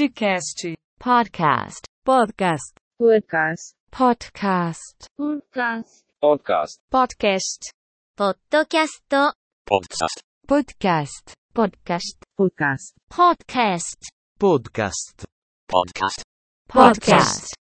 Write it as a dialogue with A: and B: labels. A: podcast,
B: podcast,
A: podcast,
C: podcast,
B: podcast,
C: podcast,
D: podcast,
A: podcast,
B: ポッドキャスト、
D: podcast,
B: podcast, podcast,
C: podcast.
B: podcast,
E: podcast.
D: podcast.
B: podcast.